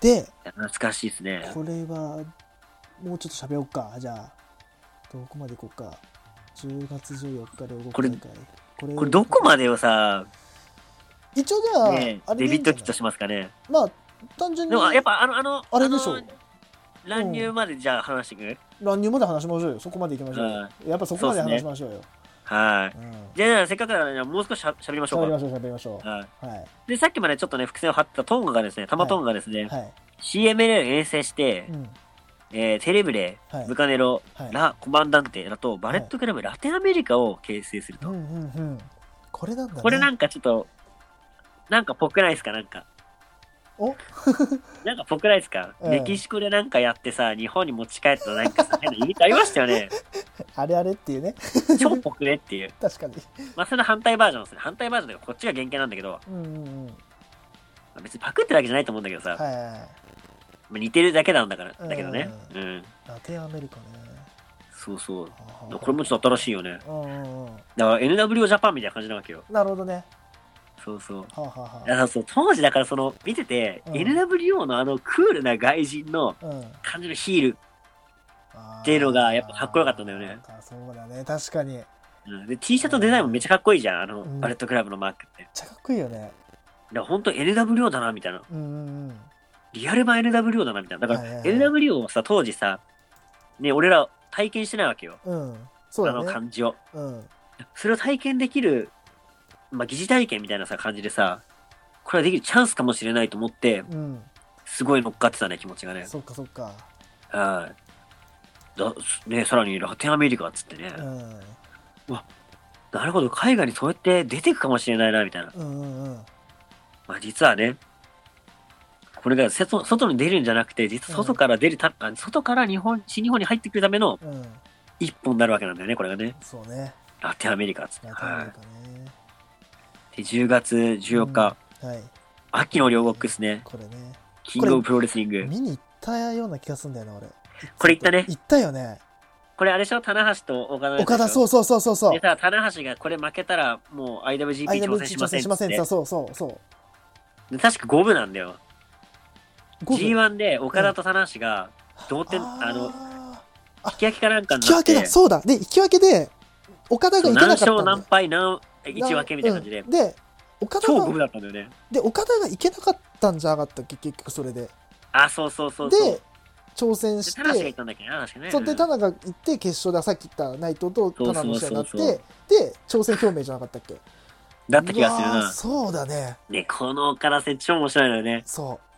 で、懐かしいですね。これは、もうちょっと喋ろうか。じゃあ、どこまで行こうか。10月14日で動こくれ大会。これこれどこまでをさ、一応じゃあ、ね、あれでデいビいッんじゃないトキットしますかね。まあ、単純にでも、やっぱあの、あの、あれでしょうあの乱入までじゃあ話していく乱入まで話しましょうよ。そこまで行きましょうよは。やっぱそこまで話しましょうよ。はい。うんじゃあ、せっかくなのでじゃあ、もう少ししゃ喋りましょ喋りまうしょう、喋りましょか。はい。う。はい。で、さっきまでちょっとね、伏線を張ってたトンガがですね、玉トンガがですね、はい。 CML を遠征して、うん。えーテレブレ、はいブカネロ、はいラ・コマンダンテだと、バレットクラブ、ラテンアメリカを形成するうと。んうんうん。これなんだね。これなんかちょっと、なんかぽくないですかなんか。お なんかぽくないですか、うんメキシコでなんかやってさ、日本に持ち帰ったなんかさ、変な意味ありました よね。あれあれっていうね。 超ぽくねっていう。確かに。まあ、それの反対バージョンですね。反対バージョンでこっちが原型なんだけど、まうんうんうん。あ別にパクってるわけじゃないと思うんだけどさ、はいはいはい。まあ似てるだけなんだから、だけどね。うん。ラテンアメリカね。そうそう。あーこれもちょっと新しいよね。うんうんうん。だから NWO ジャパンみたいな感じなわけよ。なるほどね。そうそう。はあ、はだからそう当時だからその見てて、うん NWO のあのクールな外人のあはあ、うん。感じのヒール、っっていうのがやっぱかっこよかったんだよね。そうだね。確かに。めっうんで T シャツのデザインもめっちゃかっこいいじゃんあの、うんバレットクラブのマークってだかちゃかっこいいよね。ら本当 NWO だなみたいなうんうんうん。リアル版 NWO だなみたいなだかはいはいはらい NWO をさ当時さね俺ら体験してないわけよ、うん。そうあだのね。感じをうん。それを体験できるまあ疑似体験みたいなさ感じでさこれはできるチャンスかもしれないと思ってうん。すごい乗っかってたね気持ちがねそっかそっか。はいだねさらにラテンアメリカっつってね、うん。なるほど、海外にそうやって出てくかもしれないな、みたいな。うんうんうん。まあ、実はね、これが外外に出るんじゃなくて、実は外から出るた、あ外から日本、新日本に入ってくるためのうん。一本になるわけなんだよね、これがね。そうね。ラテンアメリカっつって。ラテンアメはリカね。い。で、10月14日、はい。秋の両国ですね。これね。キングオブプロレスリング。見に行ったような気がするんだよな、俺。これ行ったね行ったよね。これあれでしょ棚橋と岡田のやつでしょ岡田、そうそうそうそうそうで。さ、棚橋がこれ負けたら、もう IWGP 挑戦 IWG し挑ませ戦んっしつまっせんてさ、そうそうそう。で確か五部なんだよ。五分 G1 で岡田と棚橋が同点、あの、ー引き分けかなんか引にきなっ分てけだ、そうだ。で、引き分けで、岡田がそう行けなかっ何たんだよ勝何敗何一分けみたいな感じで、うんで岡田超五が分だったんだよねで岡田が行けなかったんじゃなかったっけ結局それであそうそうそうそうで挑戦し田無が言ってたんだっけな確かねそうで田中が行って決勝でさっき言った内藤と田中の試合になってそうそうそうで挑戦表明じゃなかったっけだった気がするうわーなそうだねねこの岡田戦超面白いのよねそう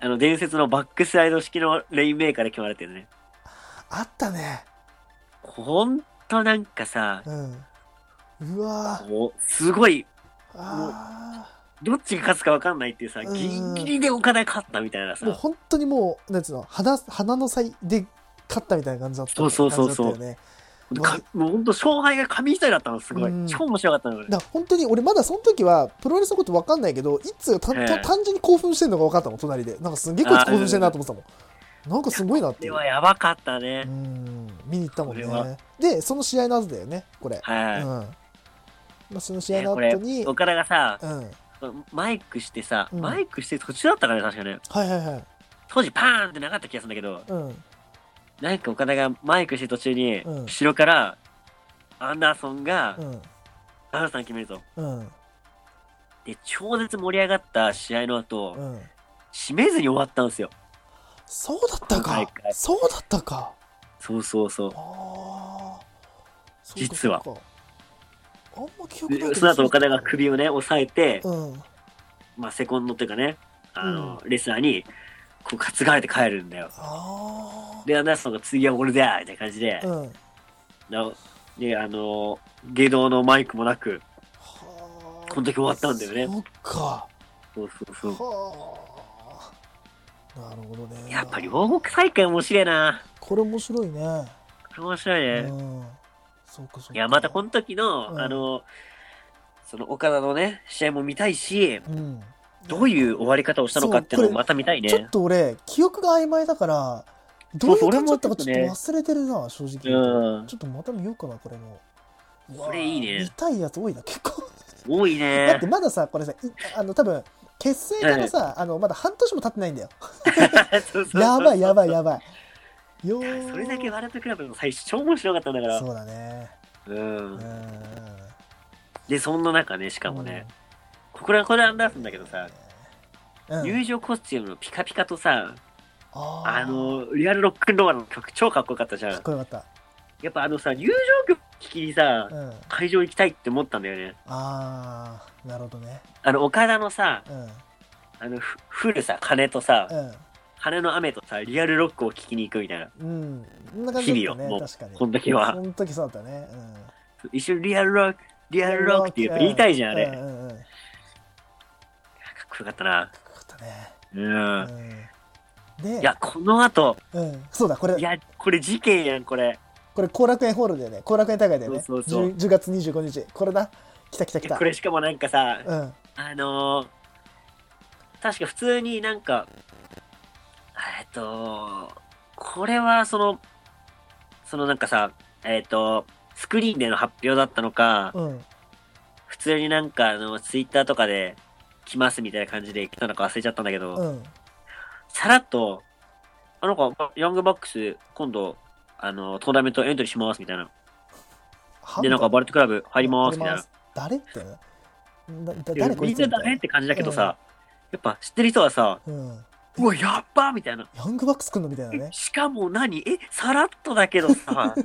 あの伝説のバックスライド式のレインメーカーで決まれてるねあったねほんとなんかさうんうわこうすごいーあどっちが勝つか分かんないっていうさうんギリギリで岡田が勝ったみたいなーもうさ本当にもうなんつうの花花の祭で勝ったみたいな感じだったそうそうそうそう感じだったよねうかもうほんと勝敗が紙一重だったのすごいうん超面白かったのよねだから本当に俺まだその時はプロレスのこと分かんないけどいつた、ええた単純に興奮してるのが分かったもん隣でなんかすんげえこいつ興奮してるなと思ってたもんなんかすごいなっこていれうはやばかったねうん見に行ったもんこれはねでその試合の後だよねこれ、はい、うんねまあ、その試合の後これに、うん岡田がさ、はいマイクしてさ、うんマイクして途中だったからね、確かね。はいはい当時パーンってなかった気がするんだけど、うんなんか岡田がマイクして途中に、うん後ろから、アンダーソンがう、んアンダーソン決めると。うんで、超絶盛り上がった試合の後、うん締めずに終わったんですよ。そうだったはかいはいそうだったかそうそうそう。ああ実はあんま記憶ないけでどその後岡田が首をね、押さえて、うんまあ、セコンドっていうかね、あの、レスラーに、こう、担がれて帰るんだよ。あで、アンダーソンが次は俺だみたいな感じであ、うんなで、あの、下道のマイクもなく、はあこの時終わったんだよねそっか。そうそうそう。はあ。なるほどね。やっぱり両国大会面白いな。これ面白いね。これ面白いうね。ん。そうかそうか。いや、またこの時の、うんあの、その岡田のね、試合も見たいし、うん。どういう終わり方をしたのかっていうそうのこもれまた見たいちょねっ。と俺、記憶が曖昧だから、どういう感じだったかちょっと俺も忘れてるな、正直。うんちょっとまた見ようかな、これも。うわこれいいね見たいやつ多いな、結構。多いだっねて。まださ、これさ、いあの、多分結成からさ、あのまだ半年も経ってないんだよ そうそうそうやばいやばいやばいよーそれだけワールドクラブの最初超面白かったんだからそうだねうんうんうんでそんな中ねしかもね、これはこれはアンダーソンだけどさ、うん入場コスチュームのピカピカとさあーあのリアルロックンローラーの曲超かっこよかったじゃかっんこよかったやっぱあのさ入場曲聴きにさ、うん会場行きたいって思ったんだよねああなるほどねあの岡田のさうんあのふ降るさ鐘とさうん鐘の雨とさリアルロックを聴きに行くみたいなうん、こんな感じだった日々ね、を確かに。こん時はその時そうだったね。うん。一緒にリアルロックリアルロックってやっぱ言いたいじゃんあれ、うんかっうんうん。かっこよかったなこよかったね。うん、うん。で、いやこの後うん、そうだ、こいれ、やこれ事件やんこれこれ、後楽園ホールだよね。後楽園大会だよね。そうそうそう10 10月25日。これだ。来た来た来た。これしかもなんかさうん。あのー確か普通になんか、えっと、これはその、そのなんかさ、えっと、スクリーンでの発表だったのか、うん。普通になんかあの、ツイッターとかで来ますみたいな感じで来たのか忘れちゃったんだけど、うん。さらっと、あ、なんか、ヤングバックス、今度、あの、トーナメントエントリーしますみたいな。で、なんか、バレットクラブ入りますみたいな。誰ってだだいや誰こみいんつなみだたねいって感じだけどさ、やっぱ知ってる人はさ、な。うん。うわ、やっばみたいな。ヤングバックスくんのみたいなね。しかも何えさらっとだけど さ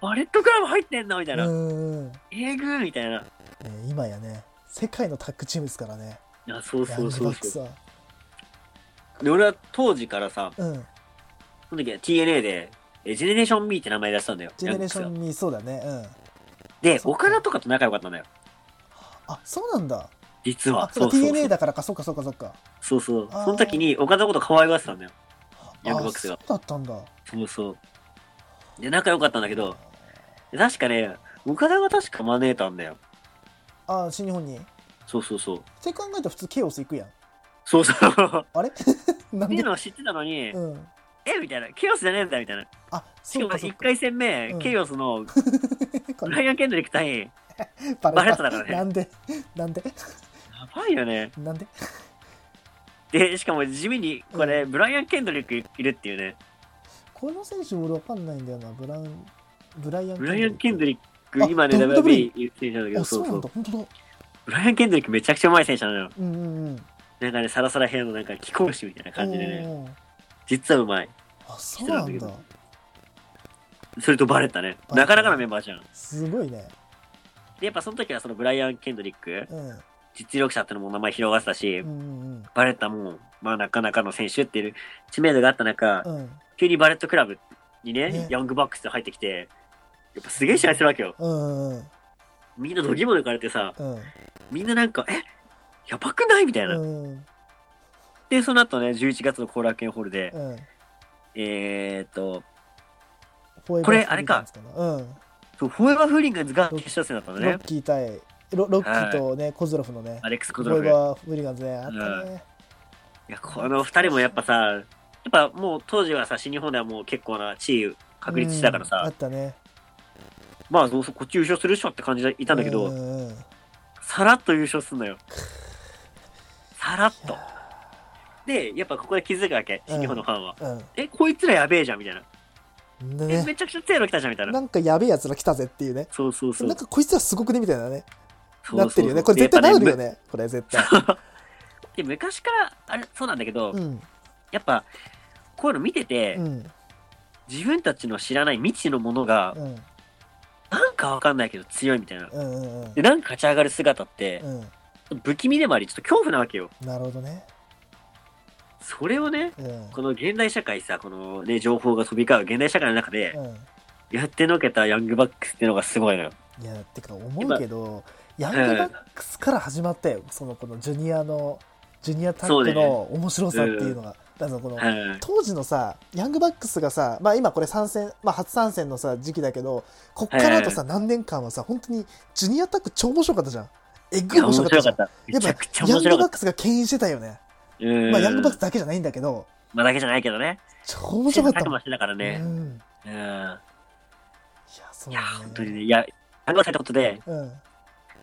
バレットクラブ入ってんのみたいな、うんうん。えぐみたいなえー今やね、世界のタッグチームですからね。あそうヤそンうグそバうックスそうは。で俺は当時からさうん。その時は TNA でえジェネレーション B って名前出したんだよジェネレーショヤンングにそうだね。うん。バックスがでそっか岡田とかと仲良かったんだよあ、そうなんだ。実あは、そそううかそう TNA だからか、そうかそうかそうか。そうそうあーその時に岡田のこと可愛がってたんだよヤングバックスがあそうだったんだ。そうそうで仲良かったんだけどで確かね岡田が確か招いたんだよあ、新日本に。っそうそうそうて考えたら普通ケイオス行くやん。そ うそうあれなんっていでうのを知ってたのに、うん。えみたいなケオスじゃねえんだみたいなあ、しそうかもかそう1か。回戦目、うんケイオスの こラれイアン・ケンドリック対やババレレたただからねなんで なんでばいよねなんででしかも地味にこれ、うブライアン・ケンドリックいるっていうねこの選手俺わかんないんだよな。ブラウン、ブライアン。ブライアン・ケンドリリック今ねあ WWE WWE いる選手なんだけどあ、そうそうなそんうだ。本当だ。ブライアン・ケンドリックめちゃくちゃうまい選手なのようんうんうん。なんかねサラサラヘアのなんか貴公子みたいな感じでねおー実はうまいあ、そうなん人だなん。それとバレたねバレたなかなかのメンバーじゃんすごいね。でやっぱその時はそのブライアン・ケンドリックうん。うん実力者ってのも名前広がってたし、うんバレたもんまあなかなかの選手っていう知名度があった中、うん。うん。急にバレットクラブにね、ねヤングバックスで入ってきて、やっぱすげえ試合するわけよ。うんうんみんな度肝抜かれてさ、うん。みんななんか、えやばくないみたいな。うん。うん。で、その後ね、11月の後楽園ホールで、うん。えーっと、ここれあれかうん。そうフォーエバーフーリングンズが決勝戦だったのロねッ。キー対ロロッキーとね、コズロフのね、アレックス・コボドロイフ。いバー・フリガンズね、あったね。や、この二人もやっぱさ、やっぱもう当時はさ、新日本ではもう結構な地位確立してたかうらんあさっ、たね。まあ、どうせこっち優勝するっしょって感じでいたんだけうど、んうんうんさらっと優勝すんのよ。さらっいと。で、やっぱここで気づくわけ、新日本のファンは。え、こいつらやべえじゃんみたいな。うん。え、ね。めちゃくちゃ強いの来たじゃんみたいな。なんかやべえやつら来たぜっていうね。そうそうそう。なんかこいつらすごくねみたいなね。そうなってるよね。これ絶対なるよ。ね。これ絶対。そうそうでやっぱむで昔から、あれ、そうなんだけど、うん。やっぱ、こういうの見てて、うん。自分たちの知らない未知のものがう、ん。なんかわかんないけど強いみたいな。うんうんうんで、なんか立ち上がる姿って、うん。不気味でもあり、ちょっと恐怖なわけよ。なるほどね。それをね、うん。うんこの現代社会さ、このね、情報が飛び交う現代社会の中で、やってのけたヤングバックスっていうのがすごいのよ。いや、てか思うけど、ヤングバックスから始まったよ。そのこのジュニアの、ジュニアタッグの面白さっていうのが。だからこの、はい。当時のさヤングバックスがさ、まあ、今これ参戦、まあ、初参戦のさ時期だけどこっからあとさ、何年間はさ本当にジュニアタック超面白かったじゃんえぐいい面や面白かっ白たじかゃんった。めちゃくちゃやっ面ぱヤン白グかバっックスが牽引してたよね、た。うんまあ、ヤングバックスだけじゃないんだけどまあだけじゃないけどね。超面白かった切磋も琢ん磨してたからねう。ん、いうん。いや、やそうだね本当にね。いや、考えたことで、うんはい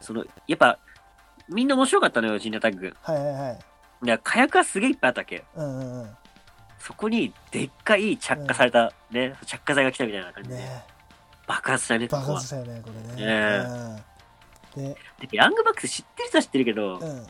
その、やっぱ、みんな面白かったのよ、ジュニアタッグ。はいはいいや、火薬はすげえいっぱいあったっけうんうんうんそこに、でっかい着火された、ね、着火剤が来たみたいな感じで、ね爆発したね、そ爆こは発し。たよねこれねねうんででヤングバックス知ってる人は知ってるけど、う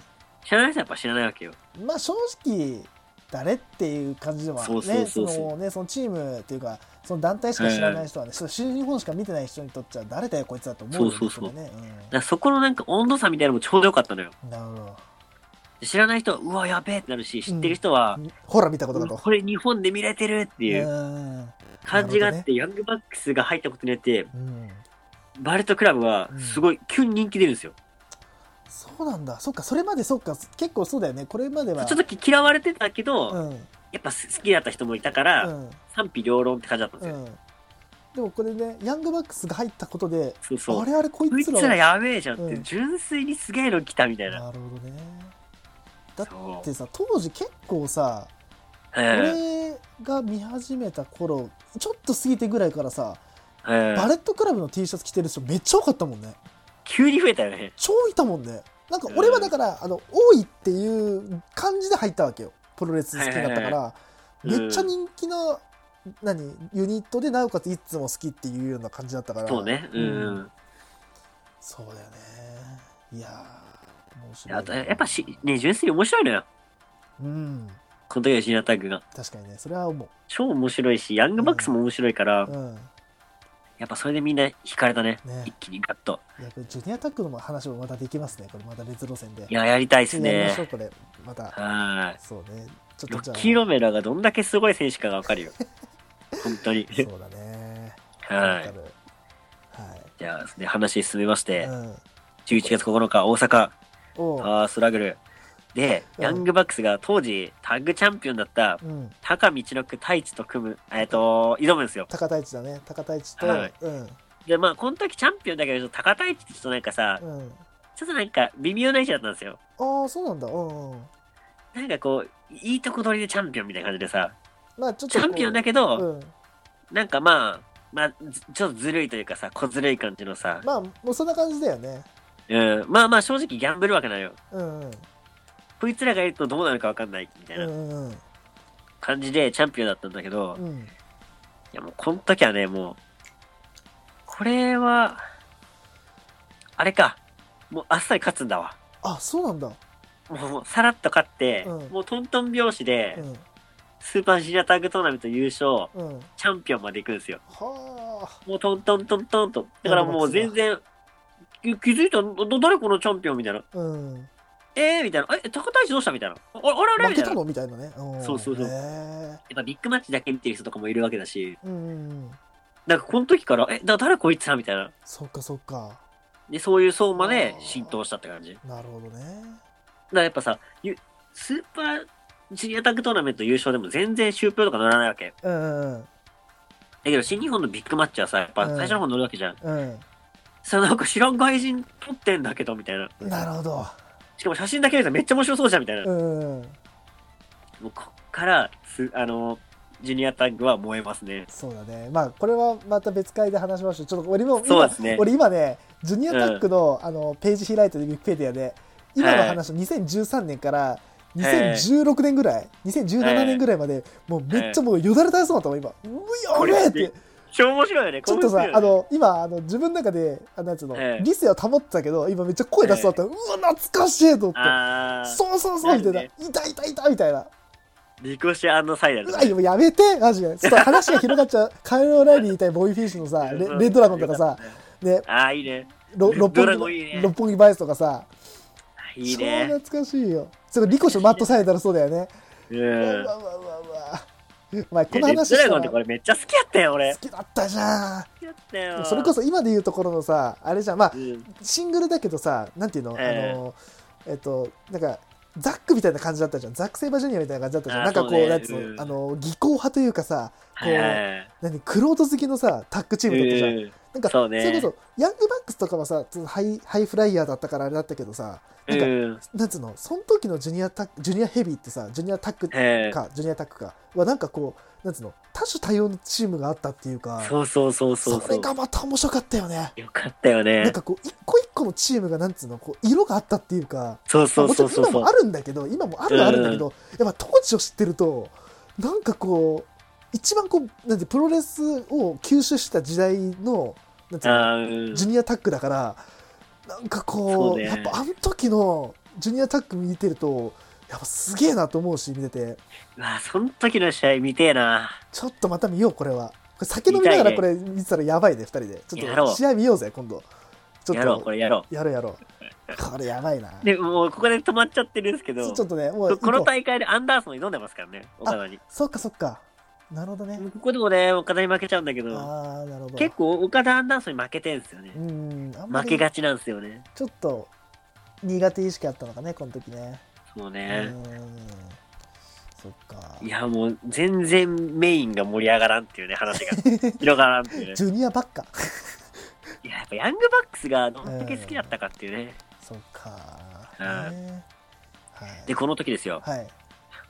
知らない人はやっぱ知らないわけよ。んまあ正直誰っていう感じではそうそうねそそうそうのねそのチームっていうかその団体しか知らない人はね、その新日本しか見てない人にとっちゃ誰だよこいつだと思うよねそうそうそきうっとね、だからそこのなんか温度差みたいなのもちょうどよかったのよ。うん、なるほどで知らない人は、うわ、やべえってなるし、知ってる人は、ほら見たことかうわとこれ日本で見れてるっていううん感じがあって、なるヤングバックスが入ったことによって、うんバレットクラブはすごい急に人気出るんですよ。そうなんだそっかそれまでそっか結構そうだよねこれまではちょっと嫌われてたけど、うんうやっぱ好きだった人もいたから、ん賛否両論って感じだったんでうすよ。んでもこれねヤングバックスが入ったことでそうそあう。れあれこいこいつつらはらやべえじゃんって、うん純粋にすげえの来たみたいな。なるほどねだっそてさ当時結構さう。うん。俺が見始めた頃ちょっと過ぎてぐらいからさ、うんバレットクラブの T シャツ着てる人めっちゃ多かったもんね急に増えたよね。超いたもんねなんか俺はだから、あの多いっていう感じで入ったわけよプロレス好きだったかはいはいら、うんめっちゃ人気な何ユニットでなおかついつも好きっていうような感じだったからそうね。うん。んそうだよねいやー面で白いあと、やっぱし、ね、純粋に面白いのよ。うんこの時のジーナタッグが。確かにねそれは思超面白いし、ヤングバックスも面白いから、ううんやっぱそれでみんな惹かれたね。ね一気にガッと。いやこれジュニアタックの話もまたできますねこれまた別路線でいや、やりたいですやりましょうね。これまたはい。そうねちょロっとじゃッあキー・ロメラがどんだけすごい選手かがわか るよ。本当に。そうだねはわかい。るはいじゃあ、ね、話進めまして、うん11月9日、大阪、おパうワーストラグル。で、うんヤングバックスが当時、タッグチャンピオンだった、うん高道のく太一と組む、えっ、と、挑むんですよ。高太一だね高太一とはいうんで、まあ、この時チャンピオンだけど、高太一ってちょっとなんかさ、うんちょっとなんか微妙な位置だったんですよ。ああそうなんだうんうんなんかこう、いいとこ取りでチャンピオンみたいな感じでさ、まあちょっチとこうャンピオンだけど、うんなんかまあ、まあ、ずちょっとずるいというかさ、小ずるい感じのさ、まあもうそんな感じだよねうん、まあまあ正直ギャンブルわけないよ。うんうんこいつらがいるとどうなるかわかんないみたいうなんうん感じでチャンピオンだったんだけど、ういんやもうこの時はね、もう、これは、あれか、もうあっさり勝つんだわ。あそうなんだもうもうさらっと勝って、うんもうトントン拍子でう、んスーパージュニアタッグトーナメント優勝、うんチャンピオンまで行くんですよ。はあもうトントントントンと。だからもう全然、き気づいたど、ど誰このチャンピオンみたいな。うんえーみたいな。え、高田一どうしたみたいな。ああれあれ負みけたいな。たやっのみたいなねんそうそうそうへえぱビッグマッチだけ見てる人とかもいるわけだし、うんうんうんなんかこの時から、え、だ誰こいつらみたいな。そっかそっかで、そういう層まで浸透したって感じ。だかなるほどねらやっぱさ、ゆスーパージュニアタッグトーナメント優勝でも全然シュープロとか乗らないわけ。うんうんだけど新日本のビッグマッチはさ、やっぱ最初の方乗るわけじゃん。うんそのなんか知らん外人撮ってんだけど、みたいな。うんなるほどしかも写真だけ見るとめっちゃ面白そうじゃん、みたいな。うんうんもうこっからす、あの、ジュニアタッグは燃えますね。そうだねまあこれはまた別回で話しましょうちょっと俺も今そうですね俺今ねジュニアタックの,、あのページ開いてるウィキペディアで今の話の2013年から2016年ぐらい、2017年ぐらいまで、もうめっちゃもうよだれ垂れそうだったもん今うこわれやべえって超面白いよね、ちょっと興奮さするよねあ、の今あの自分の中であなんつうの、ええ理性を保ってたけど今めっちゃ声出しそうだった、うわ懐かしいと思ってあー、そうそうそうみたいな、なるいたいたいたみたいなリコシアンドサイダルうだわ、もうやめて、マジで。ちょっと話が広がっちゃう。カエル・オライリー対ボーイ・フィッシュのさ、レレッドラゴンとかさ、ね、あー、いいね。ロレッ六ド本ラ木のゴンいいね六本木バイスとかさ、いいね超。懐かしいよ。それリコショマットされたらそうだよね。うん。うわうわいうわうわうわ。お前、こやのレッ話ドしラたゴらンって好これめっちゃ好きやったよ、俺。きだったじゃん。好きやったよ。それこそ今で言うところのさ、あれじゃん。まあう、ん。シングルだけどさ、なんていうの、ええあの、えっと、なんか、ザックみたいな感じだったじゃん。ザック・セイバージュニアみたいな感じだったじゃん。あなんかこう、そうねなんつううんの、あの、技巧派というかさ、こう、はい何、クロート好きのさ、タッグチームだったじゃん。うんなんか、そうねれこそ、ヤングバックスとかはさ、ちょっとハイ、ハイフライヤーだったからあれだったけどさ、なんかうんなんつうの、その時のジュニアタッグ、ジュニアヘビーってさ、ジュニアタッグええか、ジュニアタッグか、はなんかこう、なんつうの、多種多様のチームがあったっていうか、そうそうそうそうそそれう。がまた面白かったよね。よかったよなんね。かこう、一個一個のチームがなんつうの、こう、色があったっていうか、そうそうそうまそあもちろん今うそもあるんだけど今もあるはあるんだけど、やっぱ当時を知ってるとなんかこう一番こうなんてプロレスを吸収した時代のなんてう。いうのあーうんジュニアタッグだからなんかこそううねやっぱあの時のジュニアタッグ見てるとやっぱすげえなと思うし見ててうわ、その時の試合見てえな。ちょっとまた見ようこれはこれ酒飲みながら見こたれ見てたらやばいね2人でちやょっろとう試合見ようぜ今度ちょっやろう、ことれやろやろうやろうこれやばいなう。で、もうここで止まっちゃってるんですけど、ちょっとねもうここの一個大会でアンダーソンに挑んでますからね、岡田に。そっかそっかなるほどねここでもね、岡田に負けちゃうんだけど、ああなるほど結構岡田アンダーソンに負けてんすよねう。んあんま負りけがちなんですよね。ちょっと苦手意識あったのかねこの時ねそううね。んそっかいや、もう全然メインが盛り上がらんっていうね、話 が。広がらんっていうね。ジュニアばっかいや、やっぱヤングバックスがどんだけ好きだったかっていうね。そっかうんねはいで、この時ですよ。はい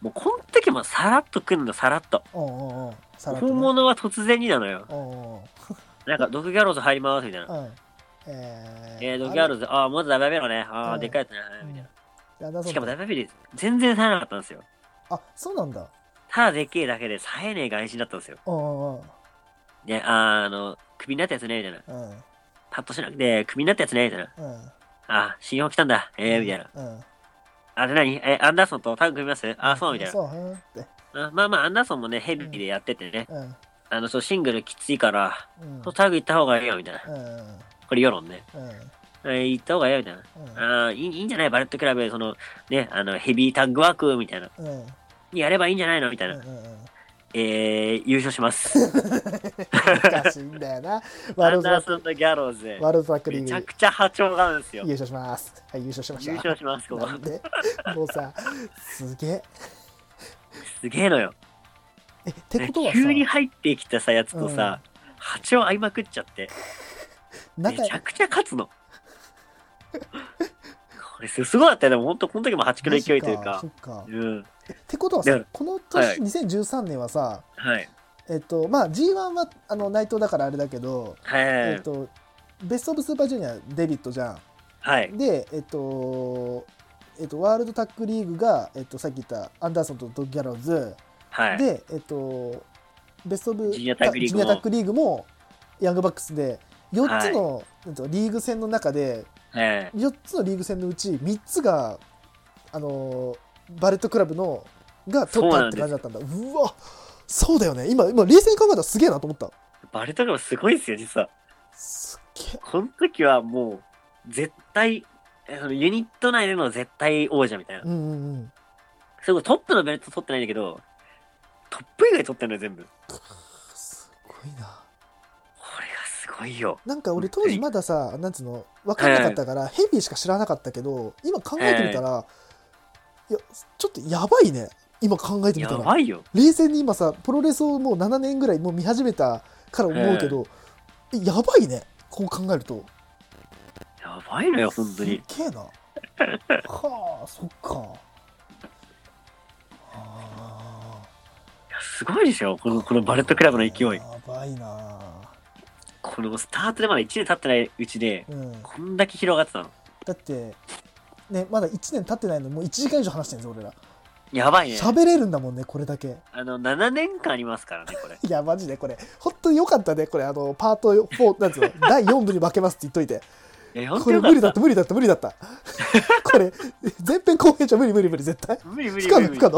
もうこの時もさらっと来んの、さらっと。おうんうんうんさらっとね本物は突然になのよ。おうんなんか、毒ギャローズ入りますみたいな。うんうんええー、毒ギャローズズ、ああ、まずダメベロね。あうあ、んでかいやつね。みたいな。しかもダあメベロ全然冴えなかったんですよ。そうなんだただでっけえだけで冴えねえ外人だったんですよ。うんうんね、あーあの、クビになったやつね、みたいな。うんうんパッとしなくて、クビになったやつね、みたいな。うんあー、信用来たんだ。えー、みたいな。うんあ、で何え、アンダーソンとタッグ組みますあー、そう、みたいな。そううんってあまあまあ、アンダーソンもね、ヘビーでやっててね。うんあの、そう、シングルきついから、うんそうタッグ行った方がいいよ、みたいな。うんこれ世論ね。うんえ行った方がいいよ、みたいな。うんああ、いいいいんじゃないバレットクラブ、その、ね、あの、ヘビータッグワークみたいな。うんうんやればいいんじゃないのみたいな。うんうんえー、優勝します。難しいんだよ な。ワーアルンドダラーソンとギャローズでワールドトラックリーめグちゃくちゃ波長があるんですよ優。勝します。はい、優勝しました。優勝します、ここな。んで、もうさ、すげえ。すげえのよ。え、ってことはさ、急に入ってきたさ、やつとさ、波長合いまくっちゃって、め仲ちゃくちゃ勝つの。これすすごかったよ、でも本当、この時も破竹の勢いというかそ。っか。うん。ってことはださか、このは年、い2013年はさ、はい。えっと、まあ、G1 はあの内藤だからあれだけど、はい。えっと、ベスト・オブ・スーパージュニア、デビットじゃはいん。。で、えっと、えっと、ワールドタックリーグが、えっと、さっき言ったアンダーソンとドッグギャローズ、はい。で、えっと、ベスト・オブジュニアタッグリージグもュニアタッグリーグもヤングバックスで4つの、なんていうのリーグ戦の中ではい。 4つのリーグ戦のうち3つがあのーバレットクラブのが取ったって感じだったんだうわそうだよね今今冷静に考えたらすげえなと思ったバレたのもすごいですよ、実は。すっげえこの時はもう、絶対、えそのユニット内での絶対王者みたいなう。んうんうんそれこそトップのベルト取ってないんだけど、トップ以外取ってんのよ、全部。こすごいなれがすごいよ。なんか俺当時まださなんつうの分かんなかったからヘビーしか知らなかったけど今考えてみたらいやちょっとやばいね今考えてみやたらばいよ。冷静に今さプロレスをもう7年ぐらいもう見始めたから思うけど、えやばいねこう考えるとやばいのよ、本当に。すっげえなはあそっかあいやすごいでしょ、この、このバレットクラブの勢ーいや。ばいなこのスタートでまだ1年経ってないうちで、うんこんだけ広がってたの。だってねまだ1年経ってないのにもう1時間以上話してんぞ俺らやばいね。喋れるんだもんねこれだけあの、7年間ありますからね、これ。いやマジでこれ本当によかったねこれあのパート4なんつう の第4部に負けますって言っといていや、本こ当れよ無理かだっったた。無理だった無理だった これ前編後編じゃ無理無理無理絶対無理無不理可無理能不無理。可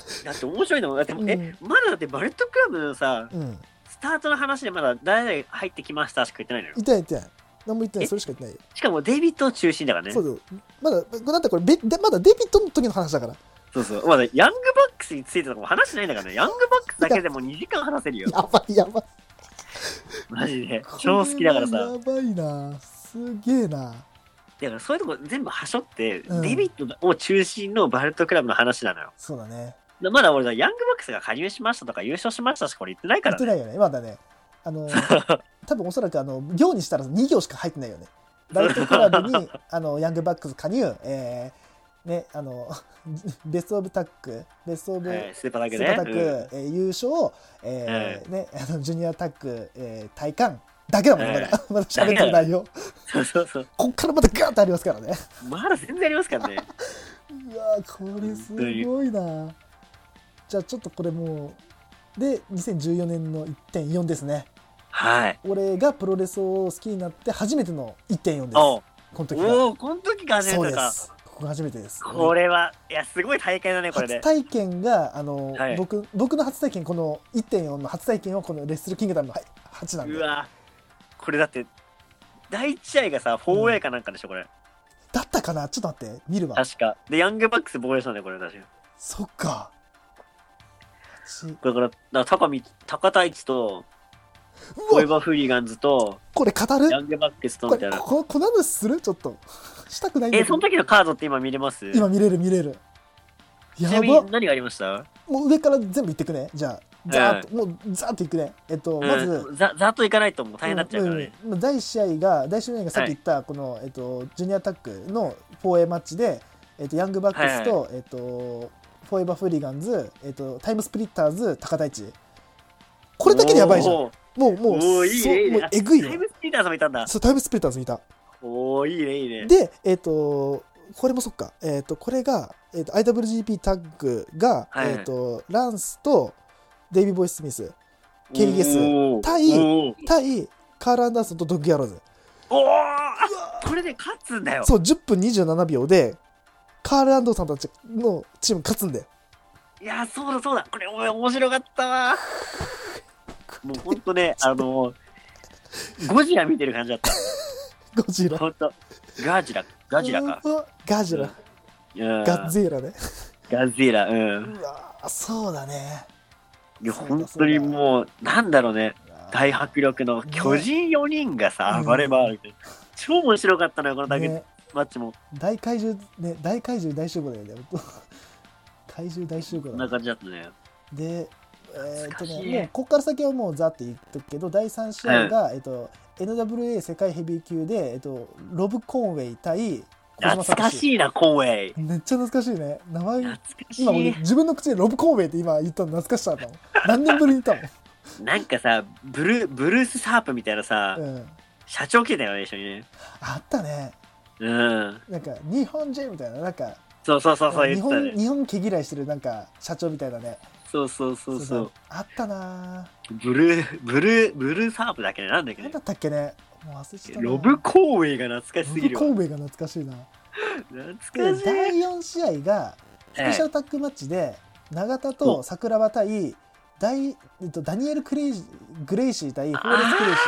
能だって面白いのもんだって、え、うまだだってバレットクラブのさ、うんスタートの話でまだ誰々入ってきましたしか言ってないのよ。痛い痛い何も言ってないえそれしか言ってないよ、しかもデビットを中心だからね。そそううだよまだだってこれベでまだデビットの時の話だからそうまだヤングバックスについてとかも話してないんだからね。ヤングバックスだけでも2時間話せるよ。やばいやばいマジで。超好きだからこれはさ。やばいなすげえなだからそういうとこ全部はしょって、うんデビットを中心のバレットクラブの話なのよ。そうだねなまだ俺さ、ヤングバックスが加入しましたとか優勝しましたしか俺言ってないか言らってね。ないよねまだねあ の多分おそらくあの行にしたら2行しか入ってないよねダイトクラブ にあのヤングバックス加入えーねあの ベストオブタックベストオブ、えースーパータッスグーね。パータック、えー優勝、えーね、あのジュニアタック、えー、体感だけだもんね、まだ。 まだ喋ってる内容。うんそうそうそう。こっからまたガーッとありますからね。まだ全然ありますから ね。うわーこれすごいな。じゃあちょっとこれもう、で、2014年の1.4ですね。はい。俺がプロレスを好きになって初めての1.4です。おこうの時が。おうこの時が初そめうでてか。す。ここが初めてです。これは、いや、すごい大会だね、これ初で。体験が、あの、はい僕、僕の初体験、この1.4の初体験はこのレッスルキングダムの8なんでう。わこれだって、第一試合がさ、4A かなんかでしょ、これ。だったかなちょっと待って、見るわ。確か。で、ヤングバックス防衛したんだよ、これ、確か。そっか。8だから、だから高見、高田一と、うボイわ、バーフリーガンズと、これ語るヤングバックスとこみたれ、いな。ここの話するちょっと。したくないんだえ、けそのど。時のカードって今見れます今見れる見れる。ちやなみばに。何がありましたもう上から全部いってくね。じゃあ、ざーっと、もうざーっといくね。えっと、まず、うんざざっといかないともう大変になっちゃうからね。うんうん第1試合が第1試合がさっき言ったこの、えっと、ジュニアタックの 4A マッチで、えっと、ヤングバックスと、えっと、フォーエバーフーリガンズ、えっと、タイムスプリッターズ高田一これだけでやばいじゃんもおーうもうおーいいそうねいいねもうえぐいタイよムスピーターさんもいたんだ。そうタイムスプリッターズ見たおおいいね、いいね。でえっとこれもそっかえっとこれが、えっと、IWGP タッグが、はいえっと、ランスとデイビー・ボイス・スミス KBS おー対おー対カール・アンダーソンとドッグ・ヤローズおーあこれで勝つんだよ。そう、10分27秒で、カール・アンドーさんたちのチーム勝つんで。いやー、そうだそうだ。これ、お前面白かったわ。もうほんとね、 あのー、ゴジラ見てる感じだった。ゴジラ。ほんと。ガジラ、ガジラか。うわ。ガジラ。うガんッゼーラね。ガジラ、うん。うわそうだね。いや、本当にもう、なんだろうね。大迫力の巨人4人がさ、ね暴れ回るって、超面白かったのよ、このタッグねマッチも。大怪獣、ね、大怪獣大集合だよね。 本当怪獣大集合こんだな感じだったね。で、えーっと懐かしね、いもうここから先はもうざって言っとくけど、第3試合が、えっと、NWA 世界ヘビー級で、えっと、ロブ・コーンウェイ対小島懐聡かしいな、コンウェイ。めっちゃ懐かしいね。名前懐かし今俺い。自分の口でロブ・コーベイって今言ったの懐かしさだったもん何年ぶりに言ったなんかさ、ブルブルース・サープみたいなさ、もん、うん、社長来てたよね、一緒にね。あったねうん。なんか日本人みたいななんかそうそうそう、そ日う言ってた本ね。日本毛嫌いしてるなんか社長みたいなねそうそうそうそそうう。あったなブルー、ブルー、ブルーサープだっけね、なんだっけ何ねだ。ったっけねもう忘れちゃったなロブ・コンウェイが懐かしすぎロブるわコ。ーベイが懐かしいなで懐かしい。第4試合がスペシャルタッグマッチで永田と桜庭対大、えっと、ダニエル・クレイジグレイシー対ホーレス・クレイシ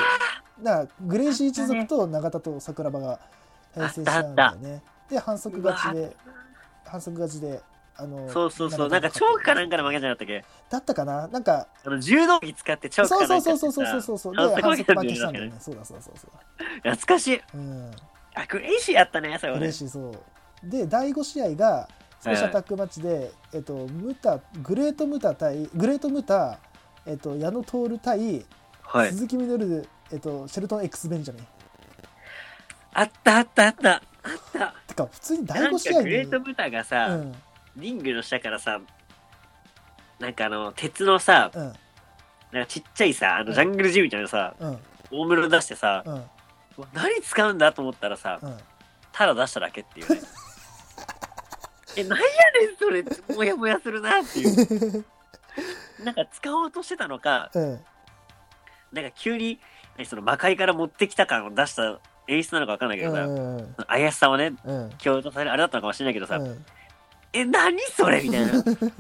ーだからグレイシー一族と永田と桜庭が対戦しちゃうんだよねで反則勝ちうで反則勝ちであのそうそうそう、な永田んかがチョークかなんかの負けじゃなかったっけだったかななんかあの柔道着使ってチョークそうかそなんうかそやうってそうそうそうそうそさう反で則反則負負けけししたんたんだよねだよねそうだそうだそうだそうだ懐かしいうんあクレイシーやったねそれはグレイねシーそうで第5試合がスペシャルタッグマッチで、えっと、ムタグレートムタ対グレートムタ、えっと、矢野徹対はい鈴木みのる、えっと、シェルトン X ベンジャミンあったあったあったあったてか普通に第な5ん試か合グにレートブタがさ、うんリングの下からさなんかあの鉄のさうんなんかちっちゃいさあうんのジャングルジムみたいなさうん大室出してさ、うんうわ何使うんだと思ったらさうんただ出しただけっ ていうねえなんやねんそれもやもやするなっていう なんか使おうとしてたのかうんなんか急に何その魔界から持ってきた感を出した演出なのか分かんないけどさ、うん怪しさをねうん強調されるあれだったのかもしれないけどさ、うんえ何それみ たいなもう疲れ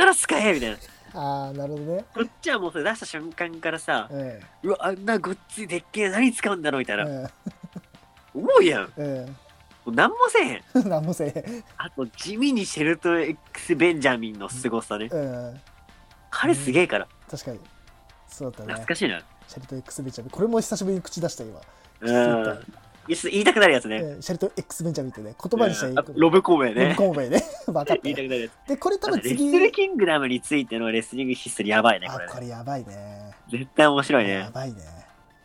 たら使えみたいなああなるほどねこっちはもうそれ出した瞬間からさうんうわあんなごっついでっけえ何使うんだろうみたいな、うん思うやんもうう何もせえへんん何もせえあと地味にシェルト X ベンジャミンの凄さね、へんうん彼すげえから確かにそうだったね懐かしいなシェルトン X ベンジャミンこれも久しぶりに口出した今うん言いたくなるやつね。うんシェルト X ベンチャー見てね、言葉にしてうねんあロブ・コーウェイロブね。コンウェイね。 分かった言いたよ。くなるやつ。で、これ多あ分とレッ次ス。ルキングダムについてのレスリングヒストリーやばいね、あこれ、ね。これやばいね。絶対面白いやね。ばいね。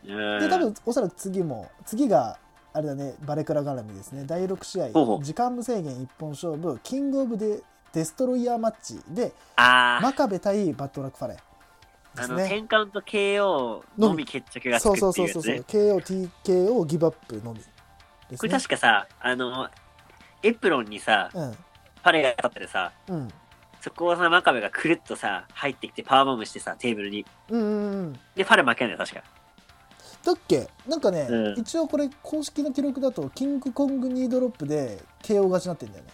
うんで、多分おそらく次も、次が、あれだね、バレクラ絡みですね。第6試ほうほ合、う時間無制限一本勝負、キングオブデデストロイヤーマッチで、あー真壁対バッドラックファレンであすの、ね。 10カウント KO のみ決着がつくそっうそうてそいううやそうつそう、ね。 KO、TKO、ギブアップのみでこすれね。確かさ、あの、エプロンにさ、パレが立っててさ、うん。うん。そこをさ、真壁がくるっとさ、入ってきてパワーボムしてさ、テーブルに。うんうんうん。で、パレ負けんだよ、確か。だっけなんかね、うん一応これ公式の記録だとキングコング2ドロップで KO 勝ちになってんだよね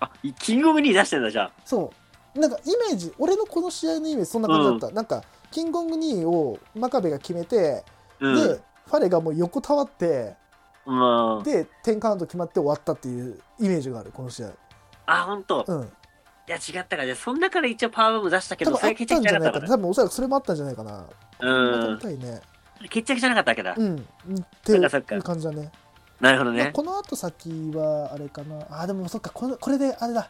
あ、キングオブニー出してんだ、じゃあ。そうなんかイメージ俺のこの試合のイメージそんな感じだった、なんかキングコング2を真壁が決めて、うん。でファレがもう横たわってうん、で10カウント決まって終わったっていうイメージがあるこの試合あ、ほんと。うんいや、違ったかね。そん中で一応パワーボム出したけ多ど、分そあれっ決た着んじじゃゃなないかかっなた多分おそらくそれもあったんじゃないかなな。うまん。た見たいね決着じゃなかったわけだう。んうんってそいっかそっかう感じだねなるほどまあね。この後先はあれかなあでもそっかこれこれであれだ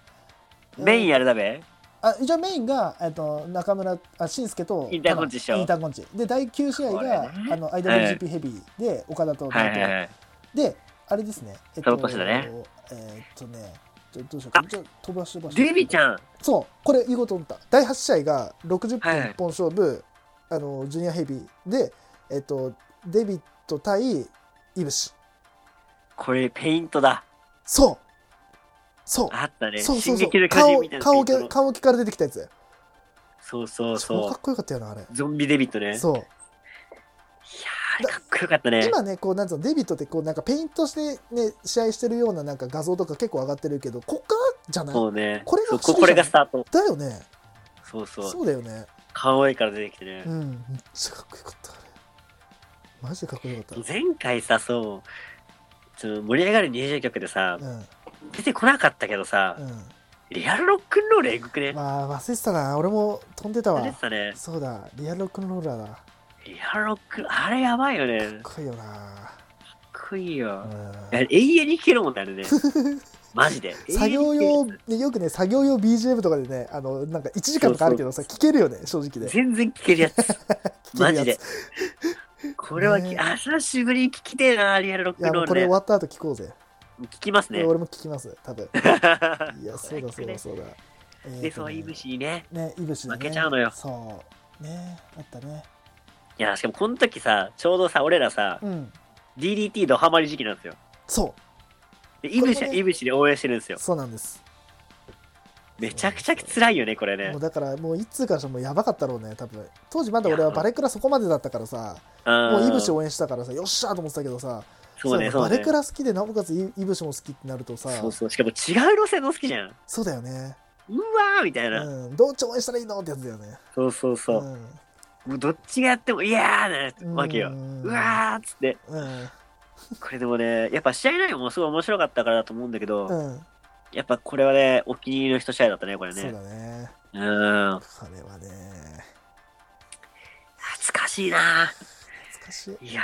メインややるだべ。あ一応メインが、えっと中村あ信介とインターコンチでしょインターコンチで第9試合これが、ねあの IWGP ヘビーで、岡田とはいはいい、はい。であれですねえっその年だねえっとねちょどうしようかじゃあ飛ばし飛ばしデビちゃん。そうこれ言おうと思った第8試合が60分はいはい一本勝負、あのジュニアヘビーでえっとデビット対イブシこれ、ペイントだ。そうそうあったね。そうそう進そう撃の巨人顔みたいなペイ顔ントの。顔木から出てきたやつそうそ超かうそっこよかったよなあれう。ゾンビデビットね。そういやーあれかっこよかったね。今ねこうなんつうのデビットってこうなんかペイントしてね試合してるようななんか画像とか結構上がってるけどこっからじゃないそうね。これがそう不思議じゃんこれがスタート。だよねそうそそうう。だよね顔絵から出てきてねう。んめっちゃかっこよかったあれマジでかっこよかっ前回さ、そう。その盛り上がる20曲でさた、うん出てこなかったけどさ、うリアルロックンロールえぐくね。んまあ忘れてたな俺も飛んでたあれわさね、そうだリアルロックンローラーだかリアルロック、あれやばいよね。かっこいいよなっこいいうよ。んいや永遠に聴けるもんだね。 マジで。作業永用遠に聴けるねよくね作業用 BGM とかでねあのなんか1時間とかあるけどさ聞けるよね正直で全然聴け るやつ。けマるやつジで。これはき、ねあ、久しぶりに聴きてえな、リアルロッいクンやロもうールこれね終。わった後聞こうぜ聞きますこれね。俺も聞きます多分 いや、そうだそうだそうだ。えーとねで、そう、イブ。シね。ね、イブシ、ね。負けちゃうのよそう。ね、あったね。いや、しかもこの時さ、ちょうどさ、俺らさ、うん。 DDT ドハマり時期なんですよ。そで、イブシこれはねイブシで応援してるんですよう、。そうなんです。めちゃくちゃ辛いよね、これねもう。だから、もう一通からしてもうやばかったろうね、多分。当時まだ俺はバレクラそこまでだったからさ、ももうイブシ応援したからさ、よっしゃーと思ってたけどさ、そうね、そそうバレねク。ラ好きで、なおかつイイブシも好きってなるとさ、そうそう。しかも違う路線の好きじゃん。そうだよね。うわーみたいな。うん。どっち応援したらいいのってやつだよね。そうそうそう。もうどっちがやっても、いやーう。なんわけよ。んうわーっつって。うん。これでもね、やっぱ試合内容もすごい面白かったからだと思うんだけど、うん。やっぱこれはね、お気に入りの一試合だったね、これそうね。だね。うーん。これはね、懐かしいな懐かしい。ーいや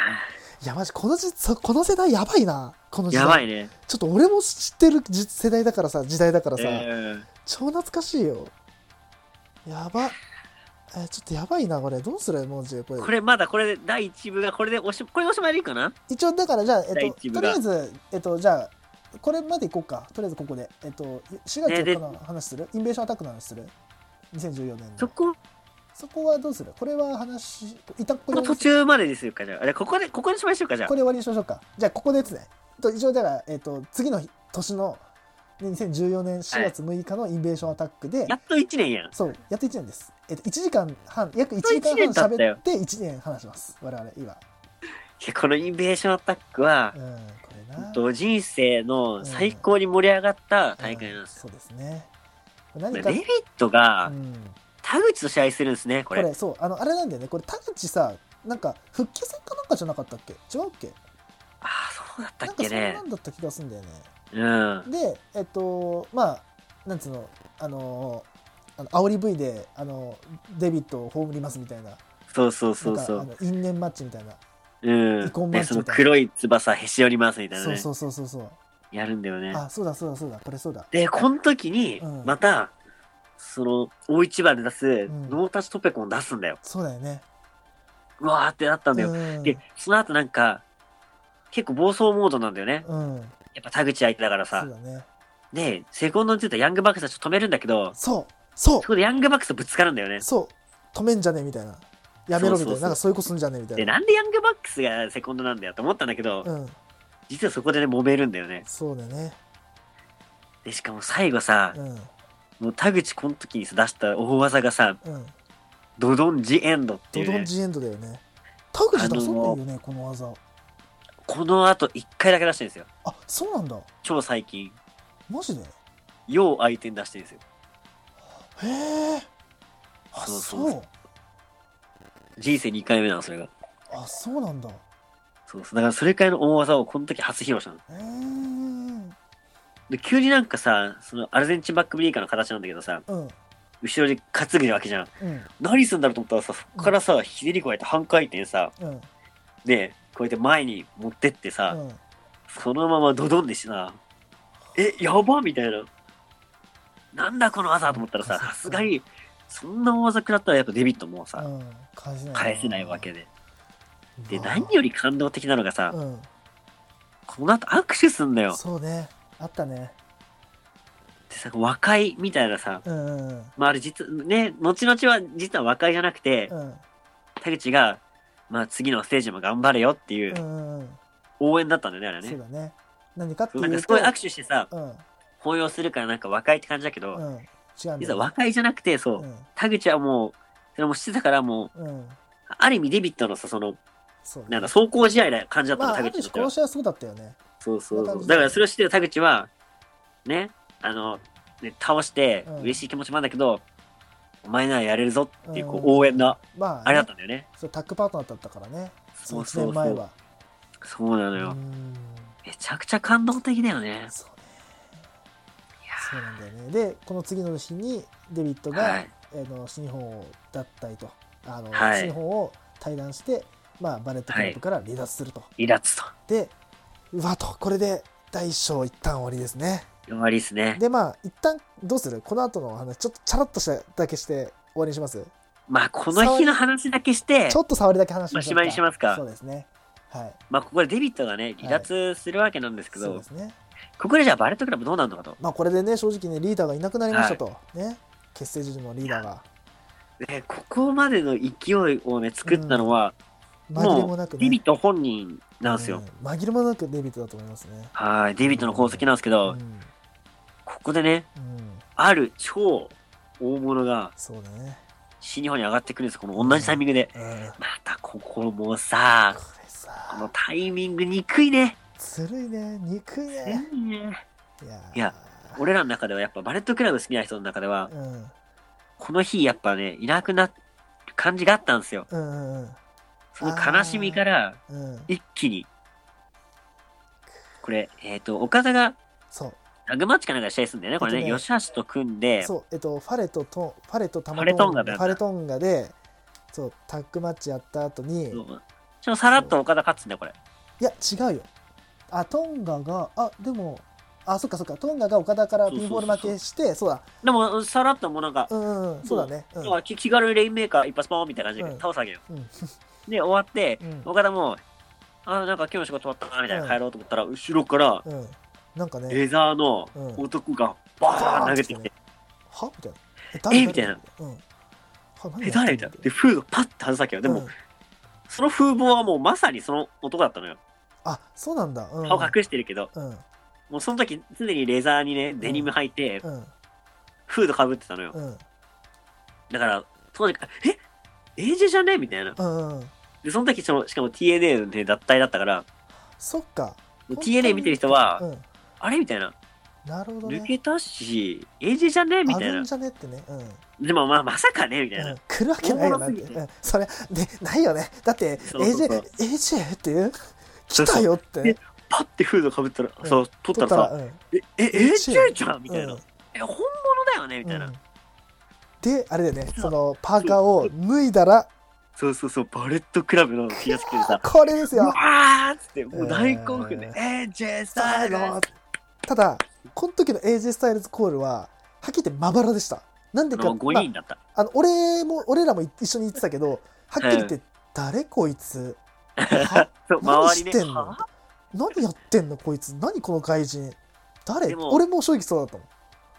いや、マジ、このじそこの世代やばいな。このー、時代。やばいね。ちょっと俺も知ってるじ世代だからさ、時代だからさ、うん超懐かしいよ。やば。えーちょっとやばいな、これ。どうするもうじこれこ。れまだこれで第1部がこれでおしこれでおしまいでいいかな一応、だからじゃあ、え第っと、一部とりがあえず、えっと、じゃあ、これまでいこうか。とりあえずここで。えっと、4月ね4で日の話するインベーションアタックの話する ?2014 年その。こそこはどうするこれは話、いたここれの途中までですよかじゃあ。あれ、ここで、ここでおしまいしようかじゃこれ終わりにしましょうか。じゃあ、ここでですね。と一応、だから、えっと、次の日年の、ね2014年4月6日のインベーションアタックで、あ。やっと1年やん。そう、やっと1年です。えっと、1時間半、約1と時一間年半経った喋よって1年話します。我々、今。いやこのインベーションアタックはう、ん、これほんな。と人生の最高に盛り上がった大会なんですよ。うんそうですね。こ何れか、レビットが、うん、田口と試合するんですね、ここれ。れ、そう、あの、あれなんだよね。これ、田口さ、なんか、復帰戦かなんかじゃなかったっけ違うっけああ、そうだったなんっか、けそんねな。んだった気がするんだよね。うん。で、えっと、まあ、なんつうの、あのー、あの煽り V で、あの、デビットを葬りますみたいな、そうそうそうそなんう。かあの因縁マッチみたいなう遺恨ん。マッで、チその黒い翼へし折りますみたいなそうね。そうそうそうそうやるんだよね。あそうだそうだそうだこれそうだで、この時にうん、また、その、大一番で出す、んノータッチトペコンを出すんだよ。そうだよねうわーってなったんだよ。うんで、その後なんか、結構暴走モードなんだよね。うんやっぱ田口相手だからそさう。だねで、セコンドについたヤングバックスはちょっと止めるんだけど、そうそうそこでヤングバックスとぶつかるんだよね。そう止めんじゃねえみたいなやめろみたいそうそうそなうなんかそういうことすんじゃねえみたで、いななんでヤングバックスがセコンドなんだよと思ったんだけど、うん実はそこでね、揉めるんだよね。そうだねで、しかも最後さ、うんもう田口この時にさ出した大技がさ、うんドドンジエンドっていドう、ドねン、ジエンドだよね田口出さないよねこの技この後一回だけ出してるんですよ。あそうなんだ超最近、マジでよう相手に出してるんですよ。へえあそうそそうう人生2回目なの、それが。あそうなんだへそうそう。だからそれくらいの大技をこの時初披露したの。えうんで、急になんかさ、そのアルゼンチンバックブリーカーの形なんだけどさ、うん後ろで担ぐわけじゃん。何するんだろうと思ったらさ、そこからさ、ひねり加えて半回転さ、うんね、こうやって前に持ってってさ、うんそのままドドンでしてさ、え、やばみたいな。なんだこの技と思ったらうさ、んさすがに、そんな大技食らったらやっぱデビットもうさ、うん返せない返せないわけで。で、うわ何より感動的なのがさ、うんこの後握手すんだよ。そうねあったねでさ、和解みたいなさ、うんうんまああれ実、ね、後々は実は和解じゃなくてう、ん田口が、まあ次のステージも頑張れよっていううんうん応援だったんだよね、あれそうね。だね何かってないんかうすとごい握う手してさ、ん抱擁するからなんか和解って感じだけど、うん違うんだ実はよ和解じゃなくて、そう、田口はもう、それもしてたからもう、うんうんある意味デビットのさ、その、そうなんだだ、走行試合な感じだったまの、ああ田る口種のこの試合はそうだったよねそうそうまあそ多分う。だからそれを知ってる田口は、ね、あの、ね、倒してうん嬉しい気持ちもあるんだけど、お前ならやれるぞっていう、こう、うん応援の、まああれだったんだよね。そうタッグパートナーだったからねそう1そう年そ前う。はそうなのうよ。んめちゃくちゃ感動的だよね。そうねそうなんだよねでこの次の日にデビットが、はいあの新日本を脱退とあの、はい新日本を退団して、まあ、バレットクラブから離脱すると、イラつと。でうわとこれで第一章一旦終わりですね終わりですね。でまあ一旦どうするこの後のお話ちょっとチャラッとしただけして終わりにしますまあ、この日の話だけしてちょ、っと触りだけ話しましょうおしまいにしますかそうですねはいまあ、ここでデビットがね、離脱するわけなんですけそうど、ですねここでじゃあバレットクラブどうなるのかと。まあこれでね正直ねリーダーがいなくなりましたと、ね結成時のリーダーがね、ここまでの勢いをね、作ったのは、紛れもなくねデビット本人なんですよ。うん紛れもなくデビットだと思いますねはい、デビットの功績なんですけうん、ど、うん、ここでね、ある超大物がそうだね新日本に上がってくるんですよ、この同じタイミングで。うんまたここもさこ、れこのさタイミング憎いね。ずるいね憎いねいいねいやいや俺らの中ではやっぱバレットクラブ好きな人の中では、うんこの日やっぱね、いなくなる感じがあったんですよ。うんうんその悲しみからうんうん一気に。これ、えっ、と、岡田がそうラグマッチかなんかで試合するんだよね、これえっね。とね吉橋と組んで、そう、えっと、ファレとトンファレとタマファレトンガだよファレトンガでそうタッグマッチやった後にそうちょっとさらっと岡田勝つんだよ、これ。いや違うよあトンガがあでもあそっかそっかトンガが岡田からピンフォール負けしてそうだでも、さらっともうなんか、うんうんそうだねうん要は気気軽にレインメーカー一発ポーンみたいな感じうでん倒すわけよ。うんで、終わって、うん岡田も、あなんか今日の仕事終わったなみたいな、うん帰ろうと思ったら、後ろからうんなんかねレザーのうん男がバーン投げてきて、はみたいなえみたいなうんは何やっえ、て誰んみたいのな。で、フードパッて外すわけよ。でも、うんその風貌はもうまさにその男だったのよ。あそうなんだうん顔隠してるけど、うんもうその時常にレザーにね、デニム履いて、うんフードかぶってたのよ。うんだから、当時から、えエイジじゃねみたいな。うんうんで、その時、そのしかも TNA の、ね、脱退だったから、そっか TNA 見てる人は、うんあれみたいな。なるほど抜ねけたし、エイジじゃねみあたいる。なんじゃねってねうんでもまあ、まさかねみたいな。うん来るわけないよなって、大物すぎてうん、それでないよねだってそうそうそう AJAJ っていう来そうそうたよってでパッてフードかぶったら、うんそう、取ったらさ、うんえ、え、 AJ AJ じゃんみたいな。うんえ、本物だよねみたいな。うんであれだよねうんそのパーカーを脱いだらそうそうそう、バレットクラブの T シャツ着てさ、これですうわよーっつって、もう大興奮で、うんえー、J ススタタイイルルただこの時の AJ スタイルズコールははっきり言ってまばらでしたなんでか、の5まあ人だった。あの俺も俺らも一緒に言ってたけどはっきり言って、誰こい つはそう、何周りしてね、んのは何やってんのこいつ何この外人誰でも俺も正直そうだったもん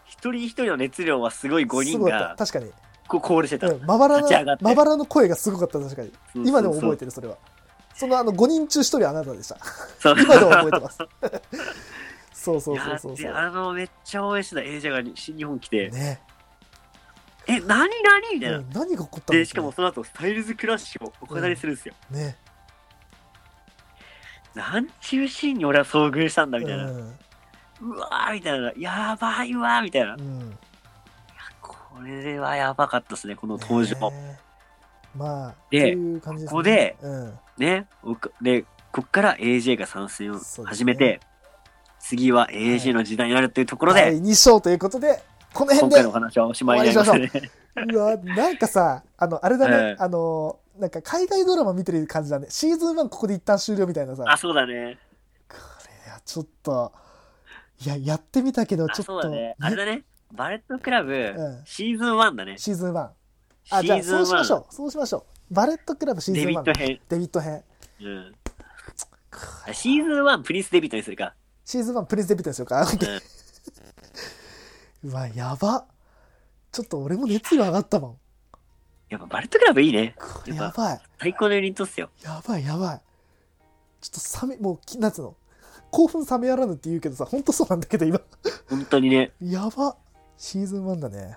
一人一人の熱量はすごい5す人ごかがった確かにこうコールしてた。うんまばら立ち上がなってまばらの声がすごかった確かに今でも覚えててるそれはそのあの5人中1人はあなたでしたそう今でも 覚えてます そうそうそうそういそやでうあの、めっちゃ応援してた AJ が新日本来て、ねえ、何何みたいな。うん何が起こったので、しかもその後、スタイルズクラッシュをお飾りするんですよ。ねなんちゅうシーンに俺は遭遇したんだみたいな。うんうわーみたいな。やばいわーみたいな。うんこれはやばかったですね、この登場。ねねまあでという感じすねここでうんおかで、こっから AJ が参戦そをうですね始めて、次は AJ の時代になるというところで、第2章ということでこの今辺で回のお話はおしまいになりましたね。うわなんかさあのあれだね、ええあのなんか海外ドラマ見てる感じだねシーズン1ここで一旦終了みたいなさ あ、そうだね。これはちょっといややってみたけどあ、ちょっそうと、だね。あれだね。バレットクラブ、んシーズン1だね。シシーズン1あじゃーあズそンうしまし1、ょうそうしましょうバレットクラブシーズンデビ1ット編。デビット編うん。あシーズン1、プリンスデビットにするか。シーズン1プリンスデビットにしようかうんうわやばちょっと俺も熱量上がったもんやっぱバレットクラブいいね。これやばい最高のユニットっすよ。やばいやばいちょっと冷めもうきなんつうの興奮冷めやらぬって言うけどさほんとそうなんだけど今本当にね。やばシーズン1だねいや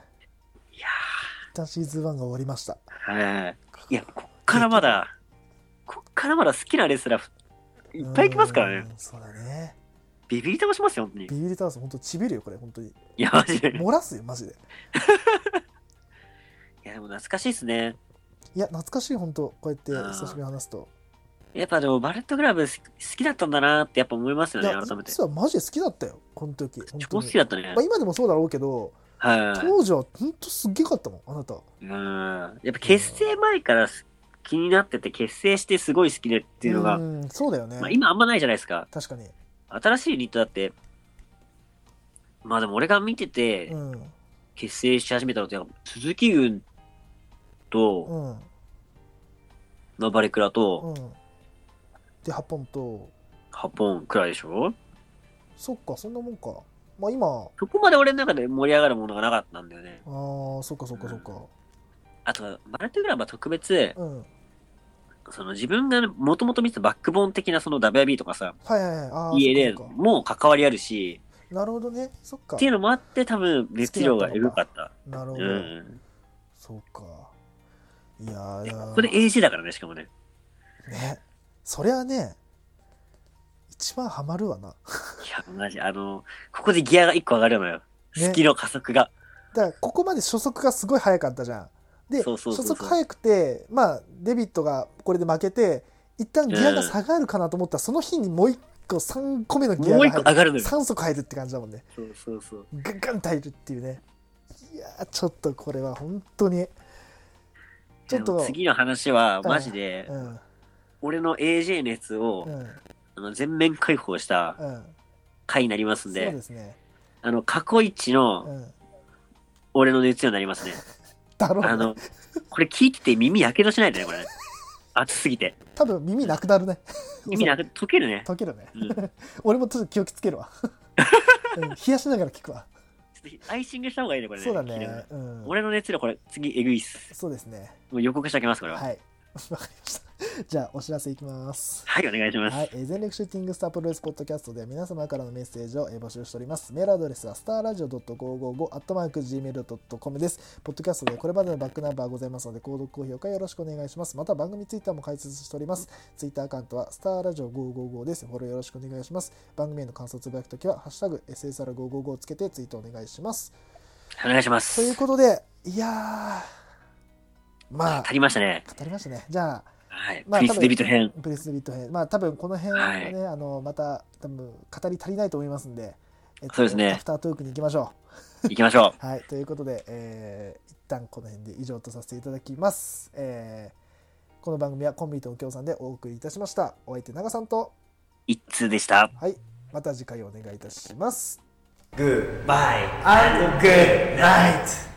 一旦シーズン1が終わりましたーはい。いや、こっからまだ、こっからまだ好きなレスラーいっぱい来ますからね。うんそうだねビビり倒しますよ、本当に。いビビリタワースほんとちびるよこれ本当にや、マジで。い漏らすよマジでや、でも懐かしいっすね。いや懐かしい本当こうやってうん久しぶりに話すとやっぱでも、バレットクラブ好き好きだったんだなってやっぱ思いますよいね、や改めて。実はマジで好きだったよこの時本超当好にきだったねまあ。今でもそうだろうけどは当時は本当すっげえかったもんあなたい。うん。やっぱ結成前から気になってて、結成してすごい好きでっていうのが、んそうだよねまあ今あんまないじゃないですか。確かに新しいユニットだって、まあでも俺が見てて、うんうん結成し始めたのって、鈴木軍と、うんのバレクラと、で8本とハポンくらいでしょそっかそんなもんかまあ今そこまで俺の中で盛り上がるものがなかったんだよね。あーそっかそっかそっかあと、バレットグラブは特別、うんその自分がもともと見てたバックボーン的なその WB とかさ、はいはいはいあー ELA そっかそっも関わりあるし、かなるほどねそっかっていうのもあって多分熱量がエグかった。なるほうど、ん。そうかいやーこれ AG だからね、しかもね。ねそりゃね一番ハマるわないや、マジ、あの、ここでギアが一個上がるのよ。ね好きの加速が。だからここまで初速がすごい速かったじゃん。でそうそうそうそう初速速くてまあデビットがこれで負けて一旦ギアが下がるかなと思ったら、その日にもう1個3個目のギアもうが一個上入るがるのよ。 3速入るって感じだもんねそうそうそう。ガンガンと入るっていうねいやーちょっとこれは本当にちょっでとも次の話は、マジでう、ん俺の AJ 熱をう、んあの全面解放したうん回になりますそうんで、ですねあの、過去一のうん俺の熱量になりますね。だろうねあの、これ聞いてて耳やけどしないでね、これ。熱すぎて。多分耳なくなるね耳なく、溶けるね。溶けるねうん、ちょっ俺もちょっと気をつける わ、うん冷やしながら聞くわとアイシングした方がいいね、これね。そうだ聞いながらね、うん、俺の熱量、これ、次、えぐいっす。そうですねもう予告しておきます、これは。はい、はい。 わかりました。じゃあ、お知らせいきます。お願いします。はい、えー全力シューティングスタープロレスポッドキャストでは皆様からのメッセージを、えー募集しております。メールアドレスはスターラジオ .555-gmail.com です。ポッドキャストではこれまでのバックナンバーございますので、購読、高評価よろしくお願いします。また番組ツイッターも開設しております。ツイッターアカウントはスターラジオ555です。フォローよろしくお願いします。番組への感想をつぶやくときは、ハッシュタグ SSR555 をつけてツイートお願いします。お願いしまというす。ことで、いやー、まあ、足りましたね。語りましたね。じゃあ、はい。まあクリス・デビット編。プレスビット編、まあ多分この辺はね、はあのまた多分語り足りないと思いますんで、えっそうですねアフタートークに行きましょ行きましょう。はい、ということで、えー一旦この辺で以上とさせていただきます。えーこの番組はコンビニとお京さんでお送りいたしましたお相手長さんと一通でした。はいまた次回お願いいたしますバイ。 and good night